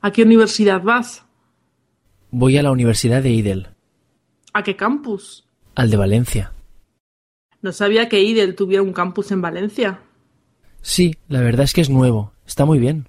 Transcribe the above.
¿A qué universidad vas? Voy a la Universidad de Idel, ¿A qué campus? al de Valencia. No sabía que IDEL tuviera un campus en Valencia. Sí, la verdad es que es nuevo, está muy bien.